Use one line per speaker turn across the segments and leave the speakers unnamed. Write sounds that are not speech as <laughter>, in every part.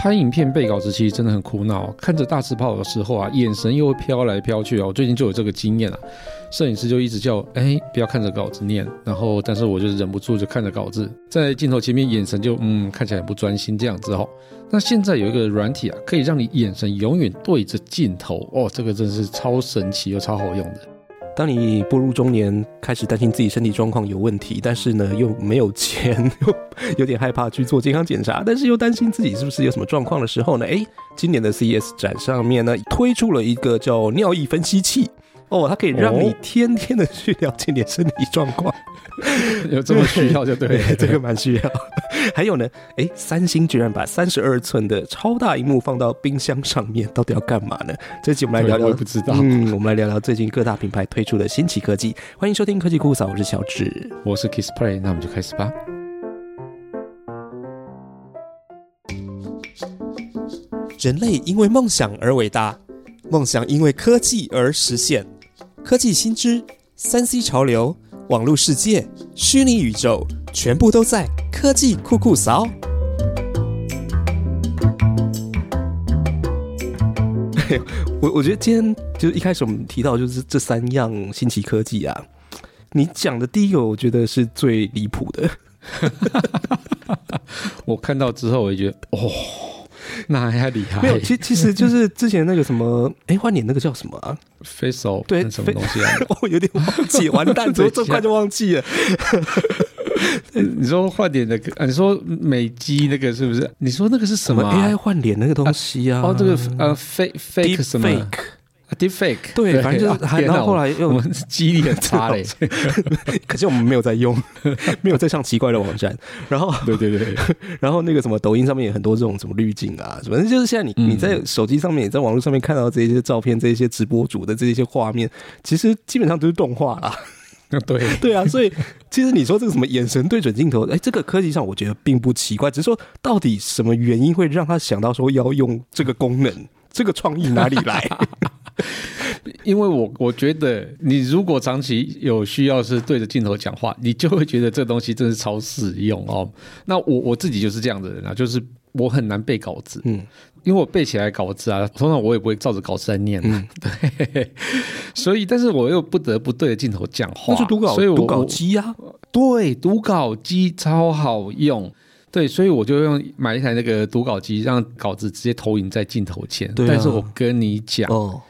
拍影片备稿时期真的很苦恼，看着大字报的时候啊，眼神又会飘来飘去哦。我最近就有这个经验啊，摄影师就一直叫我，哎，不要看着稿子念，然后但是我就忍不住就看着稿子，在镜头前面眼神就嗯看起来很不专心这样子哦。那现在有一个软体啊，可以让你眼神永远对着镜头哦，这个真是超神奇又超好用的。 <laughs>
当你步入中年，开始担心自己身体状况有问题，但是呢又没有钱， <laughs> 又有点害怕去做健康检查，但是又担心自己是不是有什么状况的时候呢？诶，今年的 CES 展上面呢推出了一个叫尿液分析器。哦，它可以让你
哦
天天的去了解你的身体状况，。
有这么需要就对了
<laughs> 这个蛮需要。还有呢，诶，三星居然把三十二寸的超大荧幕放到冰箱上面，到底要干嘛呢？这期我们来
对
聊
我
聊
也不知道。
嗯，我们来聊聊最近各大品牌推出的新奇科技。欢迎收听科技酷嫂，我是小智。
我是 Kiss Play，那我们就开始吧。
人类因为梦想而伟大，梦想因为科技而实现。科技新知、三 C 潮流、网络世界、虚拟宇宙，全部都在科技酷酷嫂。 <laughs> 我我觉得今天就是一开始我们提到就是这三样新奇科技啊，你讲的第一个我觉得是最离谱的，
我看到之后，我就觉得哦，那还厉害。
<laughs> 没有，其其
哎
实就是之前那个什么，哎，换脸那个叫什么啊？ <laughs>
facial
对
那什么东西啊？ <laughs>
我有点忘记，完蛋，怎么这么快就忘记了？
你说换点那个，啊你说美肌那个是不是？你说那个是什
什
么
么
啊、
AI 换脸那个东西啊？
哦，这个呃，fake fake 什么啊
Deepfake
deep fake？啊
对，反正就是还，然后后来
我
又，
们记忆力很差
<laughs>
嘞。
<laughs> 可是我们没有在用， <laughs> 没有在上奇怪的网站。然后，
对对对，
然后那个什么抖音上面也很多这种什么滤镜啊，反正就是现在你
嗯
你在手机上面，也在网络上面看到这些照片、这些直播主的这些画面，其实基本上都是动画啦。
<laughs> 对，
对啊，所以其实你说这个什么眼神对准镜头，哎，这个科技上我觉得并不奇怪，只是说到底什么原因会让他想到说要用这个功能，这个创意哪里
<laughs>
来？哎
因为我我觉得你如果长期有需要是对着镜头讲话，你就会觉得这东西真是超实用哦。那我我自己就是这样的人啊，就是我很难背稿子，
嗯，
因为我背起来稿子啊，通常我也不会照着稿子在念、啊，
嗯
<laughs> 对，所以但是我又不得不对着镜头讲话，
那就读稿
所以我
读稿
我
机啊，
对，读稿机超好用。对，所以我就用买一台那个读稿机，让稿子直接投影在镜头前。
对啊
但是我跟你讲，
哦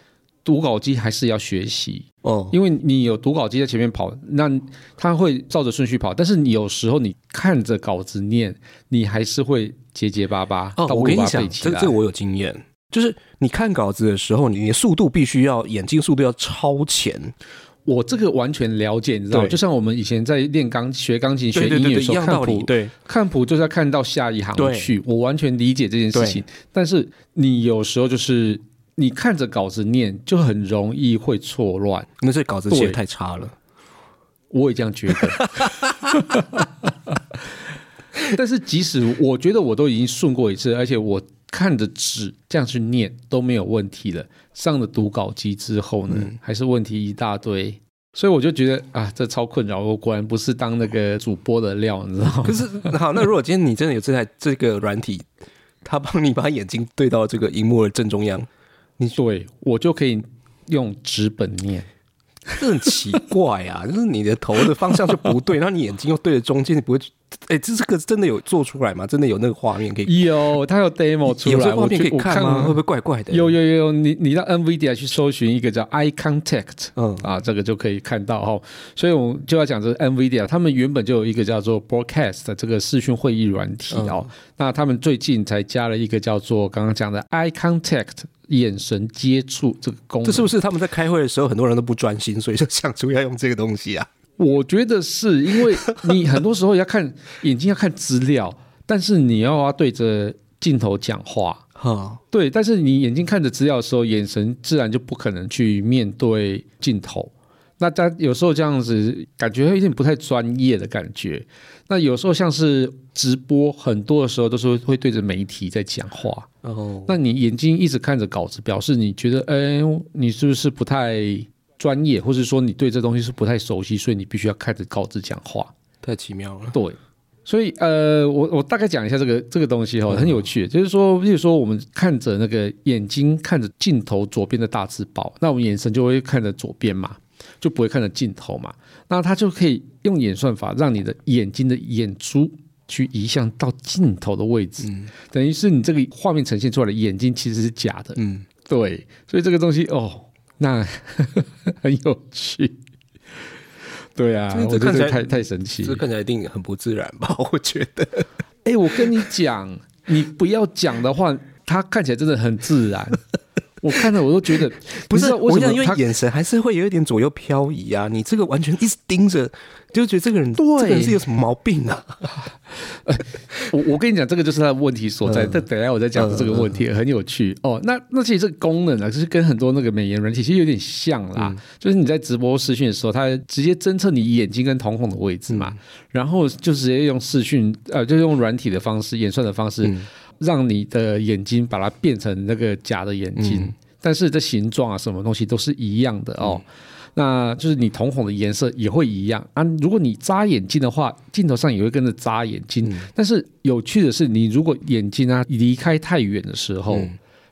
读稿机还是要学习，
哦，
因为你有读稿机在前面跑，那它会照着顺序跑。但是你有时候你看着稿子念，你还是会结结巴巴。
哦，
到
我跟你
无法背
讲，
起
这
来
这个我有经验，就是你看稿子的时候，你的速度必须要眼睛速度要超前，
我这个完全了解，你知道吗？
对
就像我们以前在练钢学钢琴、学
对对
音
对
乐的
对，一
时候，
样
看
道
谱
理，对，
看谱就是要看到下一行
对
去，我完全理解这件事情。但是你有时候就是你看着稿子念，就很容易会错乱。
那这稿子写
对
得太差了。
我也这样觉得。 <laughs> 但是即使我觉得我都已经顺过一次，而且我看着纸这样去念都没有问题了，上了读稿机之后呢，还是问题一大堆。所以我就觉得啊，这超困扰。我果然不是当那个主播的料，你知道吗？ <laughs>
可是好，那如果今天你真的有这台这个软体，它帮你把眼睛对到这个荧幕的正中央，
对我就可以用纸本念。
这很奇怪啊！ <laughs> 就是你的头的方向就不对，然后你眼睛又对着中间，你不会去，哎、这这个真的有做出来吗？真的有那个画面可以，
有，它有 demo 出
有这
来，
个画
我
面可
去
以
我
看吗？会不
了
会怪怪的？
有有有有，你你到 NVIDIA 去搜寻一个叫 Eye Contact，
嗯
啊，这个就可以看到哦。所以我们就要讲这个 NVIDIA，他们原本就有一个叫做 Broadcast 的这个视讯会议软体哦。
嗯
那他们最近才加了一个叫做刚刚讲的 Eye Contact 眼神接触这个功
这
能
是。不是他们在开会的时候很多人都不专心，所以就想出要用这个东西啊？
我觉得是因为你很多时候要看 <laughs> 眼睛要看资料，但是你要要对着镜头讲话。
哈、
对，但是你眼睛看着资料的时候，眼神自然就不可能去面对镜头。那他有时候这样子，感觉有点不太专业的感觉。那有时候像是直播，很多的时候都是会对着媒体在讲话。
哦，
那你眼睛一直看着稿子，表示你觉得，哎，你是不是不太专业，或者说你对这东西是不太熟悉，所以你必须要看着稿子讲话。
太奇妙了。
对，所以呃，我我大概讲一下这个这个东西
嗯
哈，很有趣，就是说，例如说我们看着那个眼睛看着镜头左边的大字报，那我们眼神就会看着左边嘛，就不会看着镜头嘛。那它就可以用演算法让你的眼睛的眼珠去移向到镜头的位置，
嗯
等于是你这个画面呈现出来的眼睛其实是假的。
嗯，
对，所以这个东西哦，那 <laughs> 很有趣。对啊，
这
我觉
这看
得这
起来
太太神奇。
这看起来一定很不自然吧？我觉得。
哎、我跟你
<laughs>
讲，你不要讲的话，他看起来真的很自然。我看了我都觉得
<laughs> 不
你知
是，
道
我
为
想，
什
因
么
为
他
眼神还是会有一点左右漂移啊。你这个完全一直盯着，就觉得这个人，
对
这个人是有什么毛病啊？
我我跟你讲，这个就是它的问题所在。
嗯
但等一下我再讲这个问题，很有趣哦。那那其实这个功能啊，就是跟很多那个美颜软体其实有点像啦，
嗯
就是你在直播视讯的时候，它直接侦测你眼睛跟瞳孔的位置嘛，然后就直接用视讯呃，就是用软体的方式演算的方式，
嗯
让你的眼睛把它变成那个假的眼睛，
嗯
但是这形状啊什么东西都是一样的哦。那就是你瞳孔的颜色也会一样啊。如果你扎眼睛的话，镜头上也会跟着扎眼睛。
嗯
但是有趣的是，你如果眼睛啊离开太远的时候，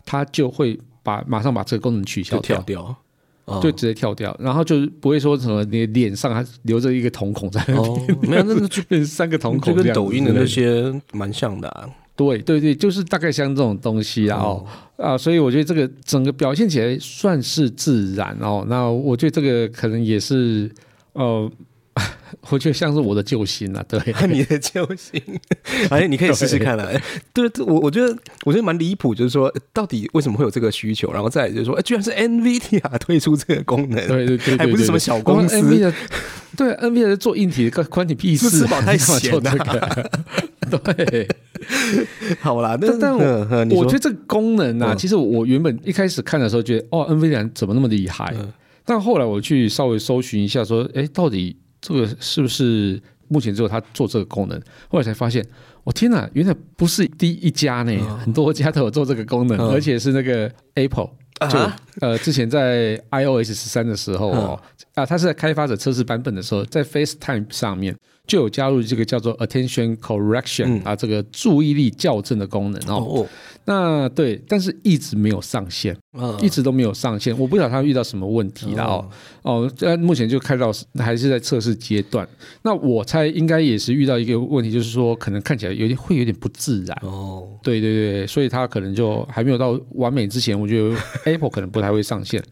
它就会把马上把这个功能取消
嗯就
掉
跳。掉，哦
就直接跳掉，然后就是不会说什么你的脸上还留着一个瞳孔在那边，
哦，没有，那那就
变成三个瞳
就
孔这样子，
跟抖音的
对
那些蛮像
<laughs>
的、啊。
对对对，就是大概像这种东西啊哦、啊，所以我觉得这个整个表现起来算是自然哦。那我觉得这个可能也是呃， <laughs> 我觉得像是我的救星啊，对，
你的救
<laughs>
星，哎，你可以试试看啦。对，这我我觉得我觉得蛮离谱，就是说到底为什么会有这个需求，然后再来就是说，哎，居然是 NVIDIA 推出这个功能，
对对对对
还不是什么小公司
n b 的，对 NB 的做硬体关关你屁
是不
事
是
啊，
吃饱太
<laughs> 你干嘛
闲
做这
啊
个 <laughs> 对，
好啦，那
但但
嗯
我
嗯你
我
说
觉得这个功能啊，
嗯
其实我原本一开始看的时候觉得，哦，NVIDIA 怎么那么厉害？
嗯
但后来我去稍微搜寻一下，说，哎，到底这个是不是目前只有它做这个功能？后来才发现，我、天哪，原来不是第一家呢，很多家都有做这个功能，
嗯
而且是那个 Apple。就
啊
呃，之前在 iOS 十三的时候哦，
嗯
啊，它是在开发者测试版本的时候，在 FaceTime 上面就有加入这个叫做 Attention
嗯
Correction、啊，这个注意力校正的功能哦
哦，
那对，但是一直没有上线，
嗯
一直都没有上线。我不晓得他遇到什么问题啦哦。哦，这目前就看到是还是在测试阶段。那我猜应该也是遇到一个问题，就是说可能看起来有点会有点不自然。
哦，
对对对，所以它可能就还没有到完美之前，我觉得 <laughs> Apple 可能不太会上线。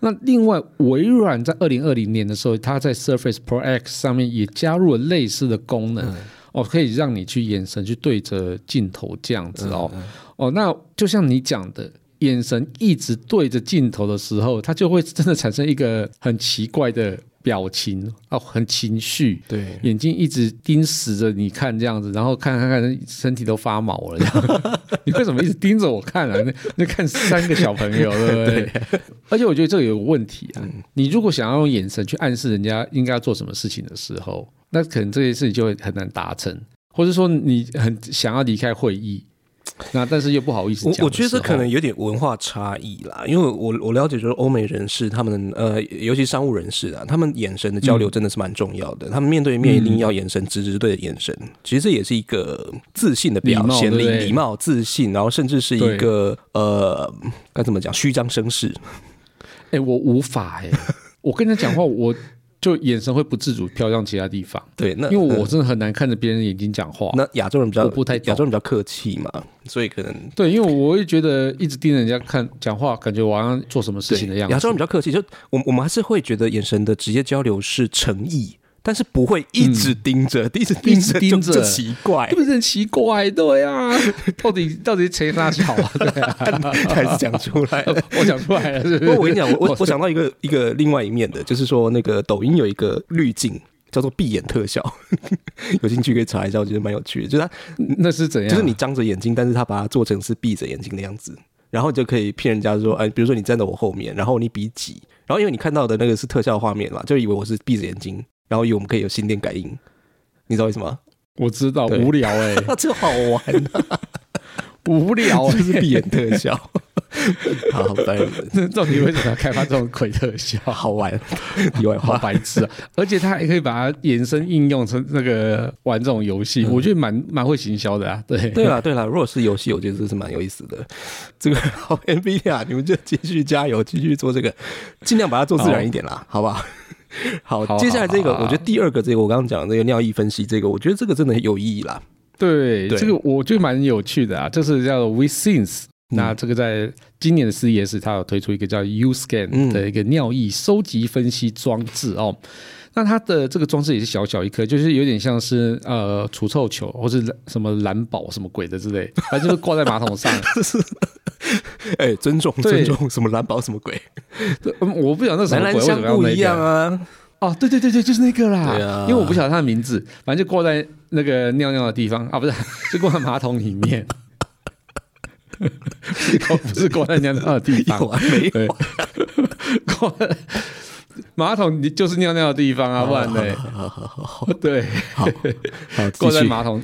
那另外，微软在二零二零年的时候，它在 Surface Pro X 上面也加入了类似的功能，哦，可以让你去眼神去对着镜头这样子哦，哦，那就像你讲的。眼神一直对着镜头的时候，它就会真的产生一个很奇怪的表情啊，很情绪。
对，
眼睛一直盯死着你看这样子，然后看看看，身体都发毛了这
<laughs>
样。你为什么一直盯着我看啊？那那看三个小朋
<laughs>
友，对不对？而且我觉得这个有个问题啊，
嗯
你如果想要用眼神去暗示人家应该要做什么事情的时候，那可能这件事情就会很难达成，或者说你很想要离开会议，那但是又不好意思讲
我我觉得
的时
这
候
可能有点文化差异啦，因为我我了解就是欧美人士他们呃，尤其商务人士啊，他们眼神的交
嗯
流真的是蛮重要的，他们面对面一定要眼神直直对着眼神，其实这也是一个自信的表现，
嗯礼貌
礼
对不对
礼貌、自信，然后甚至是一个呃该怎么讲虚张声势，
哎、我无法哎、我跟人家讲话，我就眼神会不自主飘向其他地
<laughs>
方，
对，那
因为我真的很难看着别人眼睛讲话。
那亚洲人比较
我不太懂
亚洲人比较客气嘛，所以可能。
对，因为我会觉得一直盯着人家看讲话，感觉我好像做什么事
对
情的样
亚
子。
洲人比较客气，就我们我们还是会觉得眼神的直接交流是诚意，但是不会一直盯着，一直盯
嗯一直
着
盯
就
着
就奇
<laughs>
怪
对，不是很奇怪？对啊，到底到底谁拉小啊？对啊，
还是讲出
<laughs>
来了。
我讲出来了，是不
不过
是？
我跟你讲，
<laughs>
我我我想到一个一个另外一面的，就是说那个抖音有一个滤镜。叫做闭眼特效， <laughs> 有兴趣可以查一下，我觉得蛮有趣的。就是它，
那是怎样？
就是你张着眼睛，但是它把它做成是闭着眼睛的样子，然后就可以骗人家说，哎、比如说你站在我后面，然后你比几，然后因为你看到的那个是特效画面嘛，就以为我是闭着眼睛，然后以为我们可以有心电感应，你知道为什么吗？
我知道
对
无
<laughs>
聊哎、
啊，这好玩、啊，
无聊、
<laughs>
<laughs>
就
欸，
是闭眼特效。 <laughs> 好，反正
那到底为什么要开发这种鬼特效？
<laughs> 好玩， <laughs> 题外
好
话，
白痴啊！而且他还可以把它延伸应用成那个玩这种游
嗯
戏，我觉得蛮蛮会行销的啊。对
<laughs> 对了对了，如果是游戏，我觉得这是蛮有意思的。这个 <laughs> 好 NVIDIA，你们就继续加油，继续做这个，尽量把它做自然一点啦，好不好？ <laughs> 好，
好
接下来这个，
好好
我觉得第二个，这个我刚刚讲的这个尿液分析，这个我觉得这个真的很有意义啦。 <laughs>
对，
对
这个我觉得蛮有趣的啊，这是叫 We Sense。
嗯
那这个在今年的 CES，它有推出一个叫 U Scan
嗯
的一个尿液收集分析装置哦。那它的这个装置也是小小一颗，就是有点像是呃除臭球或是什么蓝宝什么鬼的之类，反正就是挂在马桶
<laughs>
上。
哎、尊重尊
对
重，什么蓝宝什么鬼，
对嗯我不晓得那什
蓝
么
蓝
鬼，为什
香
么要
不
那
一
个
样？啊。
哦，对对对对，就是那个啦。
对啊
因为我不晓得它的名字，反正就挂在那个尿尿的地方啊，不是， <laughs> 就挂在马桶里面。 <laughs> 不是挂在尿尿的地方
<laughs> 有，完没
对
有啊？
挂在马桶你就是尿尿的地方啊，不然呢？
好好好好
对，
好，好
挂在
继续
马桶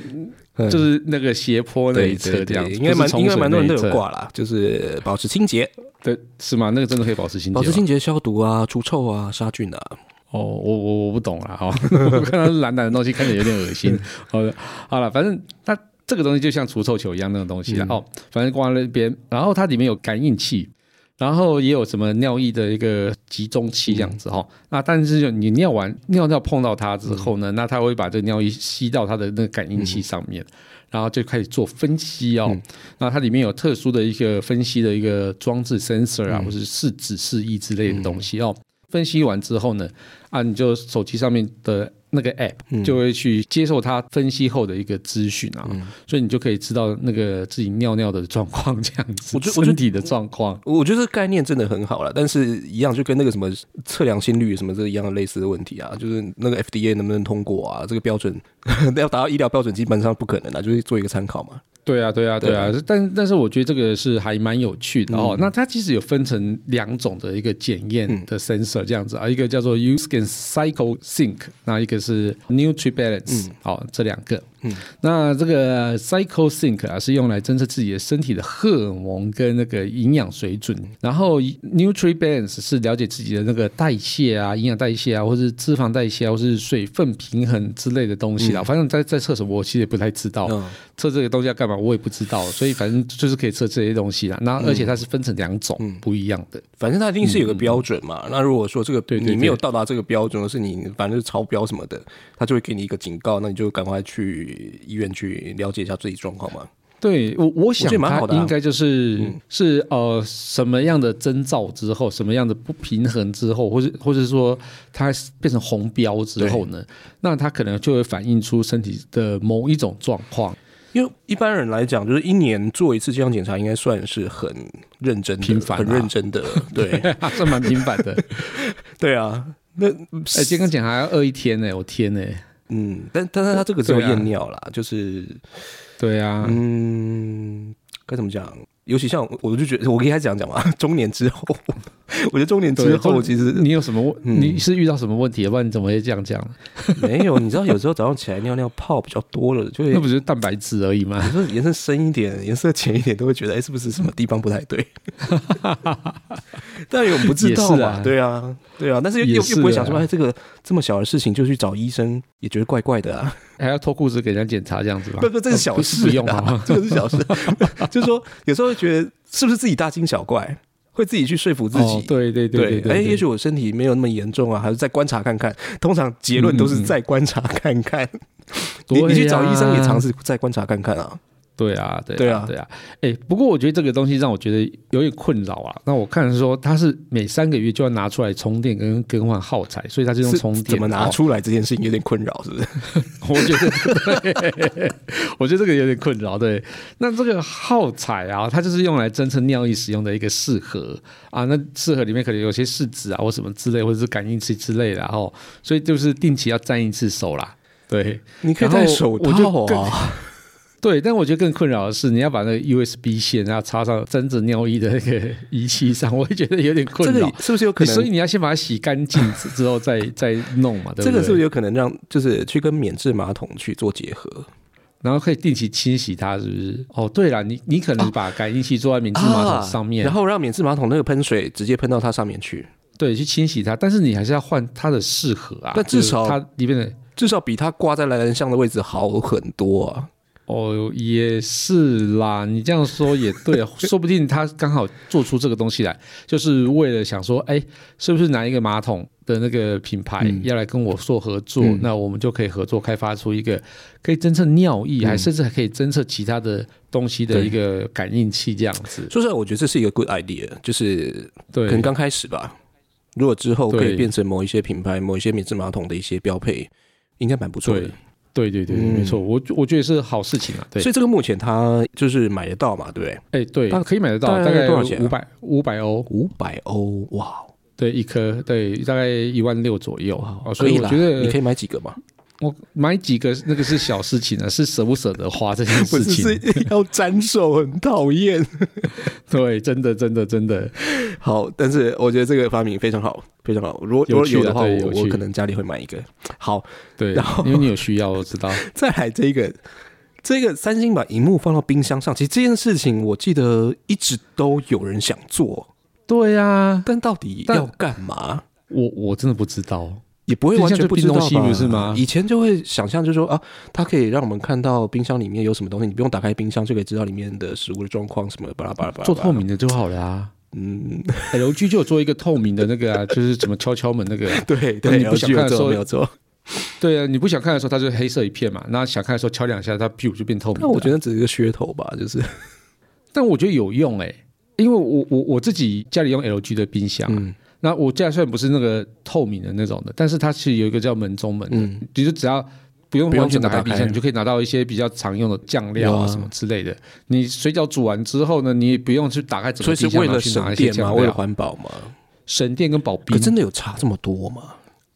嗯
就是那个斜坡那
对
一
对
侧这样
对，
子，
应该
不
蛮
是冲
应该
水
蛮多人
那
都
一侧
有挂啦，就是保持清洁，
对，是吗？那个真的可以保持清洁
保
吗，
持清洁、消毒啊、除臭啊、杀菌啊。
哦，我我我不懂了哈， <laughs> 我看到蓝蓝的东西看着有点恶心。好的，好了，反正它这个东西就像除臭球一样那种东西啦，然后、反正挂在那边，然后它里面有感应器，然后也有什么尿液的一个集中器这样子哈、那但是就你尿完尿尿碰到它之后
嗯
呢，那它会把这个尿液吸到它的那个感应器上面。然后就开始做分析哦。
嗯
那它里面有特殊的一个分析的一个装置 sensor
嗯
啊，或是视指示仪之类的东西哦。分析完之后呢，啊，你就手机上面的那个
嗯
app 就会去接受它分析后的一个资讯啊，
嗯
所以你就可以知道那个自己尿尿的状况这样子，
我觉得我觉得
身体的状况。
我觉得这概念真的很好了，但是一样就跟那个什么测量心率什么这一样的类似的问题啊，就是那个 FDA 能不能通过啊？这个标准 <laughs> 要达到医疗标准，基本上不可能啊，就是做一个参考嘛。
对啊，对啊，
对
对啊，但但是我觉得这个是还蛮有趣的哦。那它其实有分成两种的一个检验的 sensor 这样子啊，一个叫做 U Scan Cycle Sync，那一个是 Nutri Balance，好、这两个。嗯，那这个 Cycle Sync 啊是用来侦测自己的身体的荷尔蒙跟那个营养水准，然后 Nutri Balance 是了解自己的那个代谢啊、营养代谢啊，或是脂肪代谢啊，或是水分平衡之类的东西啦。反正在在测什么，我其实也不太知道。
嗯
测这个东西要干嘛，我也不知道，所以反正就是可以测这些东西啦。那
嗯
而且它是分成两种不一样的，
反正它一定是有个标准嘛。那如果说这个
对对对
你没有到达这个标准，或是你反正是超标什么的，它就会给你一个警告，那你就赶快去医院去了解一下自己状况嘛。
对我我
我
想
觉得蛮
它
好的啊
应该就是、是呃什么样的征兆之后，什么样的不平衡之后，或是或是说它变成红标之后呢，那它可能就会反映出身体的某一种状
<laughs>
况，
因为一般人来讲，就是一年做一次健康检查，应该算是很认真
<laughs>
的、
频繁啊
很认真的。对
这蛮频繁
<laughs>
的。
对啊，那
哎、健康检查还要饿一天呢、我天呢、
嗯，但但是他这个只有
对啊
验尿啦，就是
对啊，
嗯，该怎么讲？尤其像我我就觉得，我跟他讲讲嘛， <laughs> 中年之后，我觉得中年
对
之后
中
其实嗯
你有什么问？你是遇到什么问题？不然你怎么会这样讲？
<laughs> 没有，你知道有时候早上起来尿尿泡比较多了，就会
那不就是蛋白质而已吗？
有时候颜色深一点、颜色浅一点，都会觉得哎、是不是什么地方不太对？ <laughs> 但我们不知道
也是
嘛，
啊
对啊，对啊，但是又又
也是
又
啊
不会想说，哎，这个这么小的事情就去找医生，也觉得怪怪的啊。
还要脱裤子给人家检查这样子吗？
不不，这是小事、啊，。
不不用啊
<laughs> 这个是小事。就是说，有时候会觉得是不是自己大惊小怪，会自己去说服自己。
哦，对对对对
哎，
对，
也许我身体没有那么严重啊，还是再观察看看。通常结论都是再观察看看。你你去找医生也尝
试。
试再观察看看啊。
对啊，对
对啊
啊，对啊。哎，不过我觉得这个东西让我觉得有点困扰啊。那我看说它是每三个月就要拿出来充电跟更换耗材，所以它就用
是
充电。
怎么拿
哦
出来这件事情有点困扰，是不是？
<laughs> 我
<laughs>
觉得，对我觉得这个有点困扰。对，那这个耗材啊，它就是用来侦测尿液使用的一个试盒啊。那试盒里面可能有些试纸啊，或什么之类，或者是感应器之类的、啊，然后所以就是定期要沾一次手啦。对
你可以戴手套
然后我就
啊，
对，但我觉得更困扰的是，你要把那个 USB 线然后插上沾着尿液的那个仪器上，我会觉得有点
这
困
个
扰。
是不是有可
所以
能？
你要先把它洗干净之之后
<laughs>
再再弄嘛，对不对？
这个是不是有可能让就是去跟免治马桶去做结合？
然后可以定期清洗它，是不是？哦，对了，你你可能把感应器做在免治马
啊
桶上面，
然后让免治马桶那个喷水直接喷到它上面去，
对，去清洗它，但是你还是要换它的适合啊。
但至少
就是它里面的
至少比它挂在来人巷的位置好很多啊。
哦也是啦，你这样说也对， <laughs> 说不定他刚好做出这个东西来，就是为了想说，哎，是不是哪一个马桶的那个品牌
嗯
要来跟我做合作，
嗯
那我们就可以合作开发出一个可以侦测尿液，
嗯
还甚至还可以侦测其他的东西的
对
一个感应器这样子。
说实在，我觉得这是一个 good idea，就是
对，
可能刚开始吧。如果之后可以
对
变成某一些品牌、某一些免治马桶的一些标配，应该蛮不错的
对。对对对，
嗯
没错，我我觉得是好事情啊。对
所，以这个目前它就是买得到嘛，对不对？
哎，对，
大
可以买得到，
大概
大概
多少钱啊
五百五百欧，
五百欧，哇
对，一颗，对，大概一万六左右。
哇
哦，所
可以
以我
啦，
觉得
你可以买几个嘛？
我买几个那个是小事情啊，是舍不舍得花这件事情。
要斩首，很讨厌。
对，真的，真的，真的，
<laughs> 好，但是我觉得这个发明非常好，非常好。如果如
有
果
趣啊
有的话，
对
我
有趣
我可能家里会买一个。好，
对
然后，
因为你有需要，我知
<laughs>
道。
再来这个，这个三星把荧幕放到冰箱上，其实这件事情我记得一直都有人想做，
对啊，
但到底
但
要干嘛？
我我真的不知道。
也不会完全不知道吧
冰箱就冰东西不是吗
以前就会想象，就是说啊，它可以让我们看到冰箱里面有什么东西，你不用打开冰箱就可以知道里面的食物的状况，什么巴拉巴拉巴拉。
做透，明的就好了啊。
嗯，
LG 就有做一个透明的那个啊， <laughs> 就是怎么敲敲门那个啊、<laughs>
对
那
对，
你不想看的时候
没有做。
对啊，你不想看的时候它就是黑色一片嘛，那想看的时候敲两下，它屁股就变透明的啊。
但我觉得只是个噱头吧，就是
但我觉得有用哎、因为我我我自己家里用 LG 的冰箱啊、
嗯
那我家虽然不是那个透明的那种的，但是它是有一个叫门中门的，
嗯
你就只要不用
不用
完全
整个
打
打
开冰箱，
开
你就可以拿到一些比较常用的酱料
有啊
啊什么之类的。你水饺煮完之后呢，你也不用去打开整
所
个
以是
冰箱
为
然
了
后去拿
省
一些
电嘛，
酱
为了
料，
环保嘛。
省电跟保
可
冰。
真的有差这么多吗？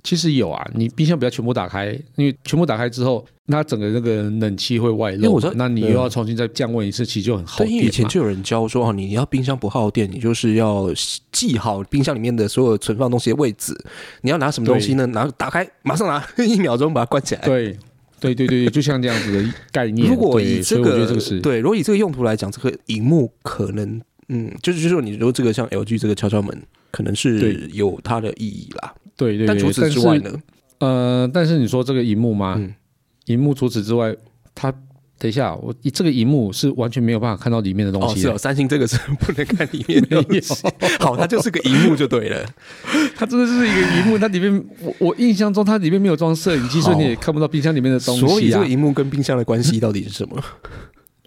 其实有啊，你冰箱不要全部打开，因为全部打开之后，那整个那个冷气会外
因为
漏
我知
嘛
道，
那你又
对啊
要重新再降温一次，其实就很耗
对，因为以
电
前
嘛。
就有人教说哦，你要冰箱不耗电，你就是要记好冰箱里面的所有存放东西的位置。你要拿什么东西呢？拿打开，马上拿， <laughs> 一秒钟把它关起来。
对。对对对对，就像这样子的概念。
如果
对
以这
所以我觉
个
得这个是
对，如果以这个用途来讲，这个荧幕可能，嗯，就是就是说，你说这个像 LG 这个敲敲门，可能是
对
有它的意义啦。
对对对，
但除此之
但
外
是
呢？
呃，但是你说这个荧幕吗
嗯？
荧、幕除此之外，它等一下，我这个荧幕是完全没有办法看到里面的东
哦，
西
是
的。
哦，三星这个是不能看里面的东
<laughs>
西。好，它就是个荧幕就对了。
它真的是一个荧幕，它里面我我印象中它里面没有装摄影机，所以
好
你也看不到冰箱里面的东西、啊。
所以这个荧幕跟冰箱的关系到底是什么？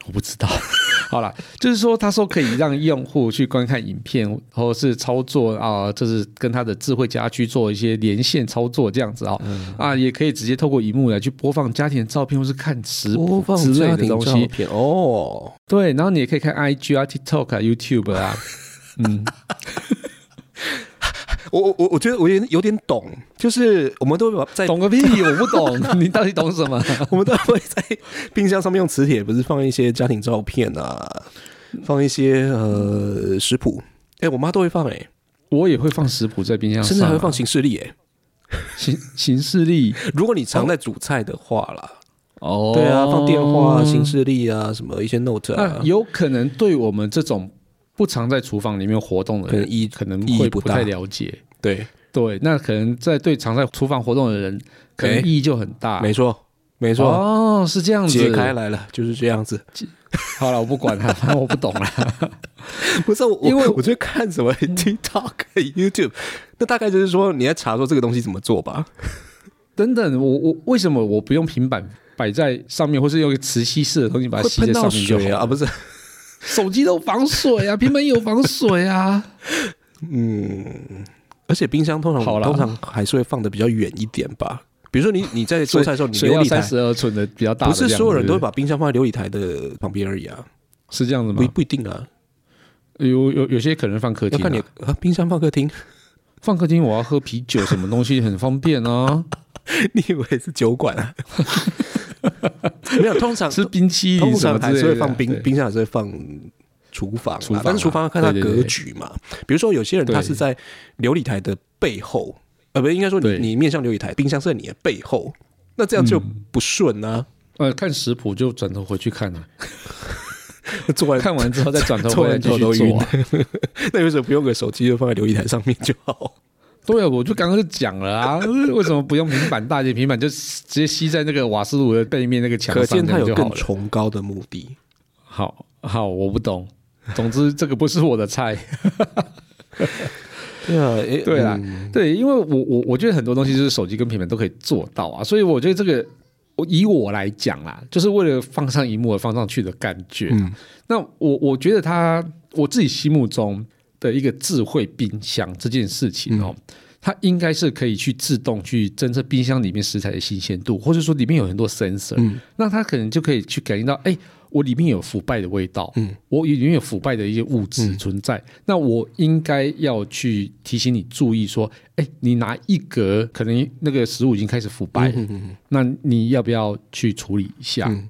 我不知道。 <laughs> 好啦，就是说，他说可以让用户去观看影片，或者是操作啊、就是跟他的智慧家居做一些连线操作这样子啊、
嗯
啊，也可以直接透过荧幕来去播放家庭的照片，或是看直播之类的东西。
片哦，
对，然后你也可以看 IG 啊、TikTok 啊、YouTube 啊，嗯，
我我我我觉得我有点有点懂，就是我们都会把在
懂个屁，我不懂，你到底懂什么？
<laughs> 我们都会在冰箱上面用磁铁，不是放一些家庭照片啊，放一些呃食谱。哎、我妈都会放哎、
我也会放食谱在冰箱上啊、
甚至还会放行事历哎、
行行事历
如果你常在煮菜的话啦，
哦，
对啊，放电话、啊、行事历啊，什么一些 note 啊
那，有可能对我们这种不常在厨房里面活动的
可能
人，
意
可能
意义
会
不
不
大
太了解。
对，
对，那可能在对常在厨房活动的人，可
哎
能意义就很大。
没错没错，
啊哦，是这样子。
解开来了就是这样子。
好了，我不管
<laughs>
了，反正我不懂了。
不是我，
因为嗯
我觉得看什么 TikTok、YouTube，那大概就是说你在查说这个东西怎么做吧。
等等，我我为什么我不用平板摆在上面，或是用一个磁吸式的东西把它
会
吸在
喷
上
到
面就好
水啊，啊
了？
不是，
手机都防水
<laughs>
啊，平板也有防水啊。
嗯，而且冰箱通常
好啦
通常还是会放的比较远一点吧。比如说你你在做菜的时候，你
水
琉
要
璃
三
台
十二寸的比较大
不
的这
是
样，
所有人都会
对不
把冰箱放在琉璃台的旁边而已啊，
对是这样子
不
吗？
不一定啊，
有有有些可能放客
要
厅啊，
看你啊，冰箱放客厅， <laughs>
放客厅，我要喝啤酒，什么东西很方便
<laughs>
啊。
你以为是酒馆啊？ <laughs> 没有，通常
吃冰淇
通
淋什
常
么
还
之类
是
的，
会放冰
对
冰箱，还是会放厨房啦，
厨房啊
但是厨房要看它
对对
格
对
局嘛。比如说有些人他
对
是在琉璃台的背后，呃，不，应该说你
对
你面向琉璃台，冰箱是在你的背后，那这样就不顺啊。 <laughs>
呃，看食谱就转头回去看啊，
做完
看完之后再转头
做
回来
完
继
之后
续
都晕
做、啊。
<laughs> 那为什么不用个手机就放在琉璃台上面就好？
<laughs> 对啊，我就刚刚就讲了啊， <laughs> 为什么不用平板大姐？平板就直接吸在那个瓦斯炉的背面那个墙
可
上，
见
这
它
样就
有更
好了。
崇高的目的。
好好，我不懂。总之，这个不是我的菜。
对啊，诶
对啦，
嗯
对，因为我我我觉得很多东西就是手机跟平板都可以做到啊，所以我觉得这个我以我来讲啦，就是为了放上荧幕而放上去的感觉。啊
嗯
那我我觉得它我自己心目中的一个智慧冰箱这件事情
嗯
哦。它应该是可以去自动去侦测冰箱里面食材的新鲜度，或者说里面有很多 sensor，、
嗯
那它可能就可以去感应到，哎、我里面有腐败的味道，
嗯，
我里面有腐败的一些物质存在，那我应该要去提醒你注意说，哎、你拿一格，可能那个食物已经开始腐败了，
嗯嗯
那你要不要去处理一下？
嗯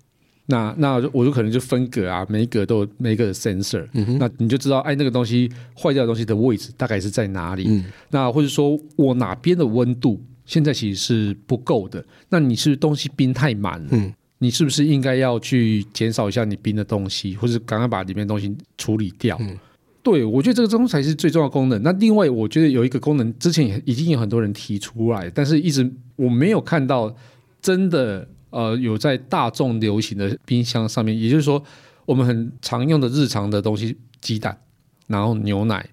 那那我就我就可能就分格啊，每一格都有每一个的 sensor，、那
嗯
你就知道哎那个东西坏掉的东西的位置大概是在哪里。
嗯
那或者说我哪边的温度现在其实是不够的，那你是不是东西冰太满了，
嗯
你是不是应该要去减少一下你冰的东西，或者赶快把里面的东西处理掉？
嗯
对，我觉得这个东西才是最重要的功能。那另外，我觉得有一个功能，之前也已经有很多人提出来，但是一直我没有看到真的呃有在大众流行的冰箱上面，也就是说我们很常用的日常的东西，鸡蛋，然后牛奶。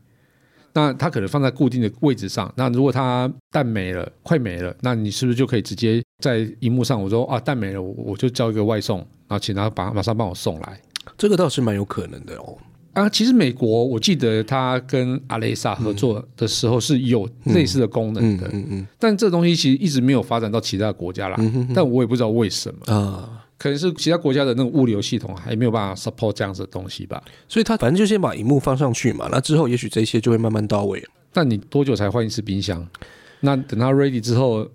那它可能放在固定的位置上，那如果它蛋没了，快没了，那你是不是就可以直接在荧幕上我说啊蛋没了，我我就叫一个外送，然后请他把马上帮我送来。
这个倒是蛮有可能的哦。
啊，其实美国我记得它跟阿雷萨合作的时候是有类似的功能
嗯
的，
嗯嗯
但这东西其实一直没有发展到其他国家啦。但我也不知道为什么，
啊，
可能是其他国家的那种物流系统还没有办法 support 这样子的东西吧。
所以它反正就先把荧幕放上去嘛，那之后也许这些就会慢慢到位。
但你多久才换一次冰箱？那等它 ready 之后，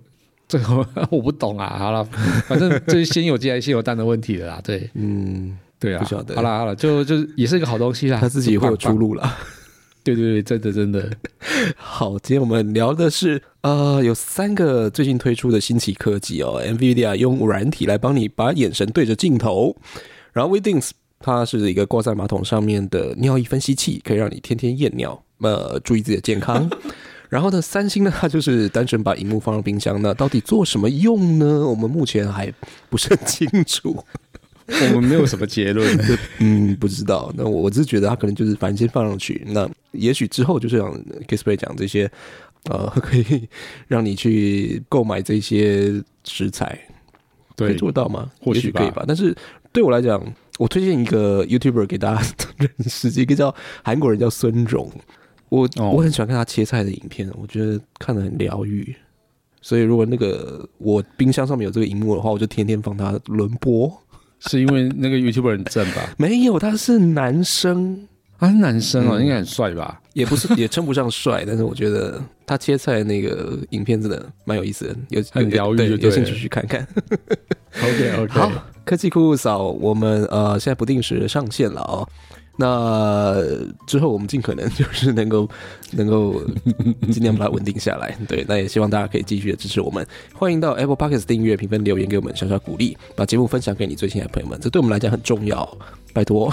这个我不懂啊。好了， <laughs> 反正这是先有鸡还是先有蛋的问题了啦。对
嗯，
对啊，
不晓得
好啦好啦，就就也是一个好东西啦。
他自己也会有出
棒棒
路啦。
对对对，真的真的。
<laughs> 好，今天我们聊的是呃，有三个最近推出的新奇科技哦，NVIDIA 用软体来帮你把眼神对着镜头，然后 Weedings 它是一个挂在马桶上面的尿液分析器，可以让你天天验尿，呃，注意自己的健康。然后呢，三星呢，它就是单纯把荧幕放到冰箱，那到底做什么用呢？我们目前还不是很清楚。
我们没有什么结
<laughs>
论。
嗯，不知道。那我我只是觉得他可能就是反正先放上去，那也许之后就是像 Kissplay 讲这些，呃，可以 <laughs> 让你去购买这些食材，可以
对，
做到吗？
或
也
许
许
吧
可以吧。但是对我来讲，我推荐一个 YouTuber 给大家 <laughs> 认识，一个叫韩国人叫孙荣。我、
哦
我很喜欢看他切菜的影片，我觉得看得很疗愈。所以如果那个我冰箱上面有这个荧幕的话，我就天天放它轮播。
是因为那个 YouTuber 很正吧？
没有，他是男生，
啊，男生
嗯
哦，应该很帅吧？
也不是也称不上帅，但是我觉得他切菜的那个影片真的蛮有意思的，有
很疗愈
对
就
有
对
兴趣
了
去看看。
OK OK，
好，科技酷嫂，我们呃现在不定时上线了哦。那之后我们尽可能就是能够 <laughs> 能够尽量把它稳定下来，对，那也希望大家可以继续的支持我们，欢迎到 Apple Podcast 订阅、评分、留言给我们小小鼓励，把节目分享给你最亲爱的朋友们，这对我们来讲很重要，拜托。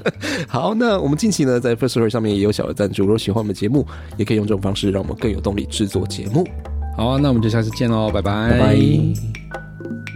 <laughs> 好，那我们近期呢在 First Story 上面也有小额赞助，如果喜欢我们的节目，也可以用这种方式让我们更有动力制作节目。
好啊，那我们就下次见喽，拜拜
拜拜。